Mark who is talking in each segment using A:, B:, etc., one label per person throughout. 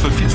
A: Sophie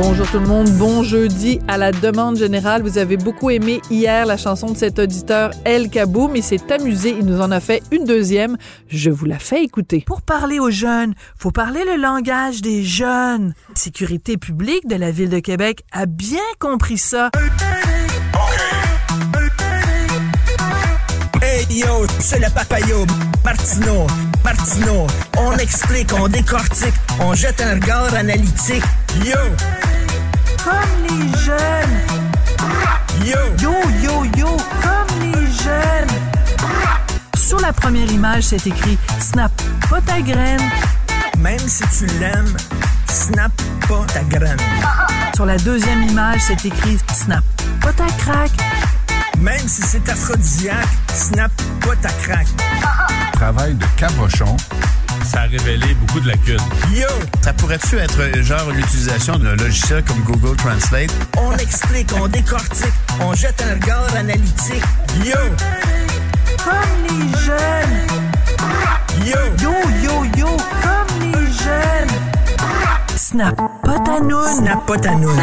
B: Bonjour tout le monde, bon jeudi à la demande générale. Vous avez beaucoup aimé hier la chanson de cet auditeur El Kaboum. Il s'est amusé, il nous en a fait une deuxième. Je vous la fais écouter.
C: Pour parler aux jeunes, faut parler le langage des jeunes. Sécurité publique de la ville de Québec a bien compris ça.
D: Hey yo, c'est le papayo, Martino, Martino. On explique, on décortique, on jette un regard analytique. Yo,
C: Comme les jeunes.
D: yo,
C: Yo, yo, yo, comme les jeunes. Sur la première image, c'est écrit Snap pas ta graine.
D: même si tu l'aimes, snap pas ta graine.
C: Sur la deuxième image, c'est écrit Snap pas ta craque.
D: Même si c'est aphrodisiaque, snap pas ta craque.
A: Travail de cabochon. Ça a révélé beaucoup de lacunes.
D: Yo,
E: Ça pourrait-tu être genre l'utilisation d'un logiciel comme Google Translate?
D: on explique, on décortique, on jette un regard analytique. Yo,
C: Comme les jeunes.
D: yo,
C: Yo, yo, yo, comme les jeunes. Snap pas ta noune.
D: snap pas ta noune.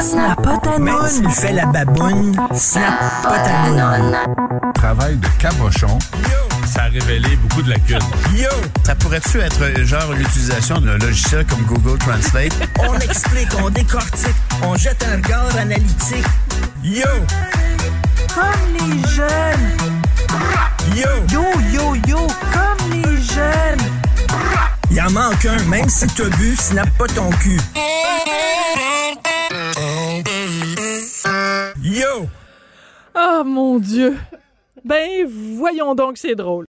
C: Snap pas ta
D: Même si
C: noune.
D: tu fais la baboune, snap pas ta noune.
A: Travail de cabochon.
D: Yo,
A: Ça a révélé beaucoup de lacunes.
D: yo.
E: Ça pourrait-tu être euh, genre l'utilisation d'un logiciel comme Google Translate?
D: On explique, on décortique, on jette un regard analytique. Yo,
C: Comme les jeunes.
D: yo,
C: Yo, yo, yo, comme les jeunes.
D: il en manque un, même si t'as bu, snap pas ton cul. Yo,
B: Ah mon Dieu! Ben voyons donc, c'est drôle.